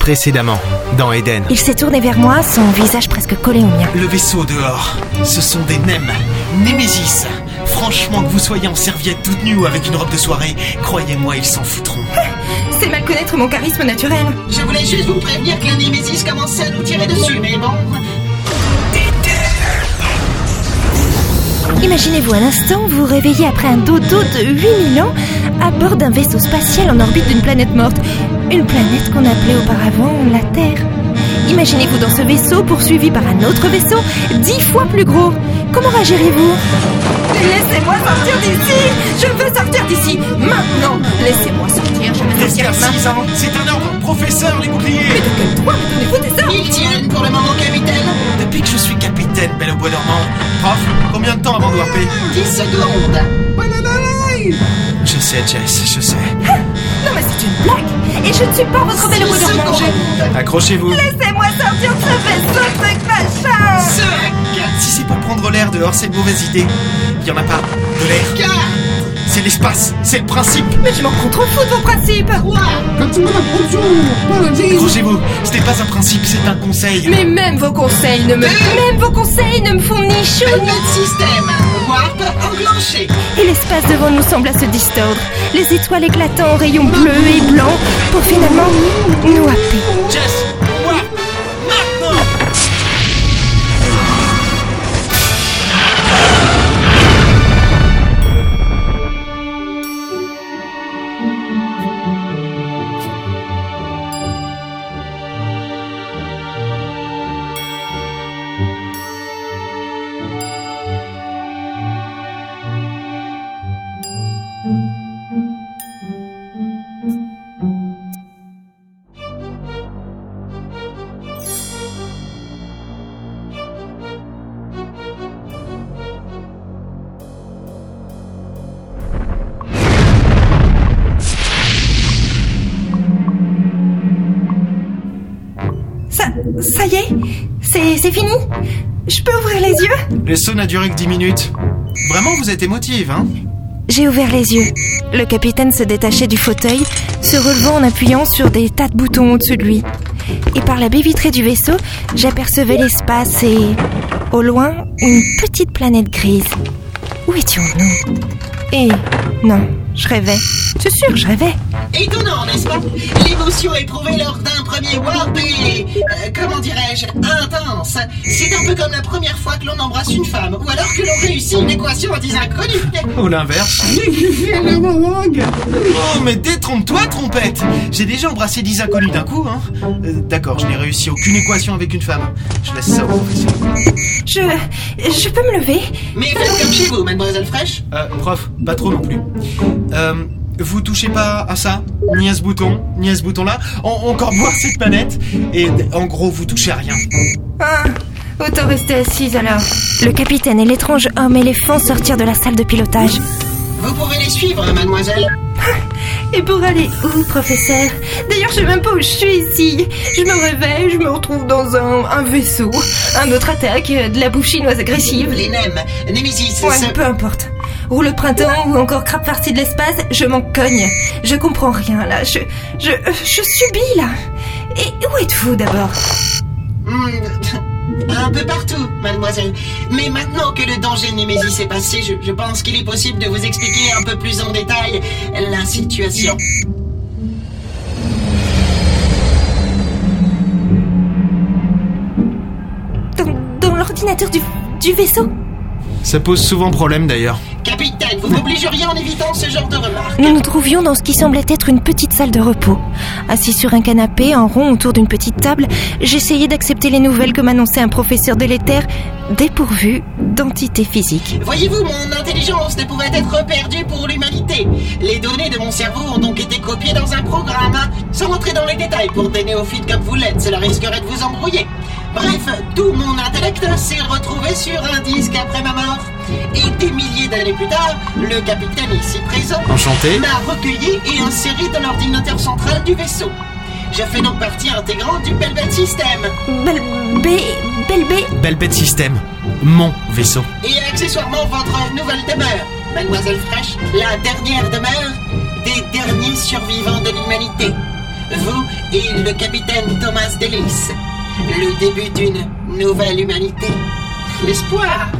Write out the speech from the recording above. précédemment, dans Eden. Il s'est tourné vers moi, son visage presque collé au mien. Le vaisseau dehors, ce sont des nems, Némésis. Franchement, que vous soyez en serviette toute nue ou avec une robe de soirée, croyez-moi, ils s'en foutront. C'est mal connaître mon charisme naturel. Je voulais juste vous prévenir que la Némésis commençait à nous tirer dessus, mais bon. Imaginez-vous un instant vous réveiller après un dodo de 8000 ans à bord d'un vaisseau spatial en orbite d'une planète morte. Une planète qu'on appelait auparavant la Terre. Imaginez-vous dans ce vaisseau poursuivi par un autre vaisseau dix fois plus gros. Comment réagiriez-vous Laissez-moi sortir d'ici Je veux sortir d'ici Maintenant Laissez-moi sortir, je veux sortir maintenant C'est un ordre, professeur, les boucliers Quel droit me donnez-vous des ordres Ils tiennent pour le moment, capitaine Depuis que je suis capitaine, belle au bois dormant. Prof, combien de temps avant de warper 10 secondes Je sais, Jess, je sais. Non mais c'est une blague Et je ne suis pas votre belle Dix de manger secondes Accrochez-vous. Laissez-moi sortir de ce vaisseau, ce machin 5, Si c'est pour prendre l'air dehors, c'est une mauvaise idée. Il y en a pas. De l'air, 4, c'est l'espace, c'est le principe. Mais je m'en prends trop fou de vos principes 3, Accrochez-vous, ce n'est pas un principe, c'est un conseil. Mais même vos conseils ne me... Même vos conseils ne me font ni chaud ni notre système Warp enclenché Et l'espace devant nous semble à se distordre, les étoiles éclatant en rayons bleus et blancs pour finalement nous happer. Jess, moi, maintenant Ça, ça y est C'est, c'est fini Je peux ouvrir les yeux Le saut n'a duré que 10 minutes. Vraiment, vous êtes émotive, hein J'ai ouvert les yeux. Le capitaine se détachait du fauteuil, se relevant en appuyant sur des tas de boutons au-dessus de lui. Et par la baie vitrée du vaisseau, j'apercevais l'espace et, au loin, une petite planète grise. Où étions-nous Et non, je rêvais. C'est sûr, je rêvais. Étonnant, n'est-ce pas L'émotion éprouvée lors d'un premier warp est... euh, comment dirais-je Intense. C'est un peu comme la première fois que l'on embrasse une femme, ou alors que l'on réussit une équation à 10 inconnus. Ou l'inverse. Oh, mais détrompe-toi, trompette J'ai déjà embrassé 10 inconnus d'un coup, hein Euh, D'accord, je n'ai réussi aucune équation avec une femme. Je laisse ça au professeur. Je. Je peux me lever Mais faites comme chez vous, mademoiselle Fraîche. Euh, prof, pas trop non plus. Euh, vous touchez pas à ça, ni à ce bouton, ni à ce bouton-là. En- encore moins cette planète. Et en gros, vous touchez à rien. Ah, autant rester assise alors. Le capitaine et l'étrange homme éléphant sortirent de la salle de pilotage. Vous pouvez les suivre, mademoiselle. Et pour aller où, professeur D'ailleurs, je sais même pas où je suis ici. Je me réveille, je me retrouve dans un, un vaisseau, un autre attaque, euh, de la bouffe chinoise agressive. Les NEM, Némésis, Ouais, ce- peu importe. Ou le printemps, ou encore crap partie de l'espace, je m'en cogne. Je comprends rien là, je. Je. Je subis là. Et où êtes-vous d'abord Hmm, Un peu partout, mademoiselle. Mais maintenant que le danger Némésis est passé, je, je pense qu'il est possible de vous expliquer un peu plus en détail la situation. Dans, dans l'ordinateur du, du vaisseau Ça pose souvent problème d'ailleurs. Capitaine, vous m'obligeriez en évitant ce genre de remarques. Nous nous trouvions dans ce qui semblait être une petite salle de repos. Assis sur un canapé, en rond autour d'une petite table, j'essayais d'accepter les nouvelles que m'annonçait un professeur délétère, dépourvu d'entité physique. Voyez-vous, mon intelligence ne pouvait être perdue pour l'humanité. Les données de mon cerveau ont donc été copiées dans un programme. hein. Sans rentrer dans les détails pour des néophytes comme vous l'êtes, cela risquerait de vous embrouiller. Bref, tout mon intellect s'est retrouvé sur un disque après ma mort. Et des milliers d'années plus tard, le capitaine ici présent Enchanté. m'a recueilli et inséré dans l'ordinateur central du vaisseau. Je fais donc partie intégrante du Belbet System. Belle bé, belle bé. Belle bête système. Mon vaisseau. Et accessoirement votre nouvelle demeure, Mademoiselle Fraîche, la dernière demeure des derniers survivants de l'humanité. vous et le capitaine Thomas Delis. Le début d'une nouvelle humanité. L'espoir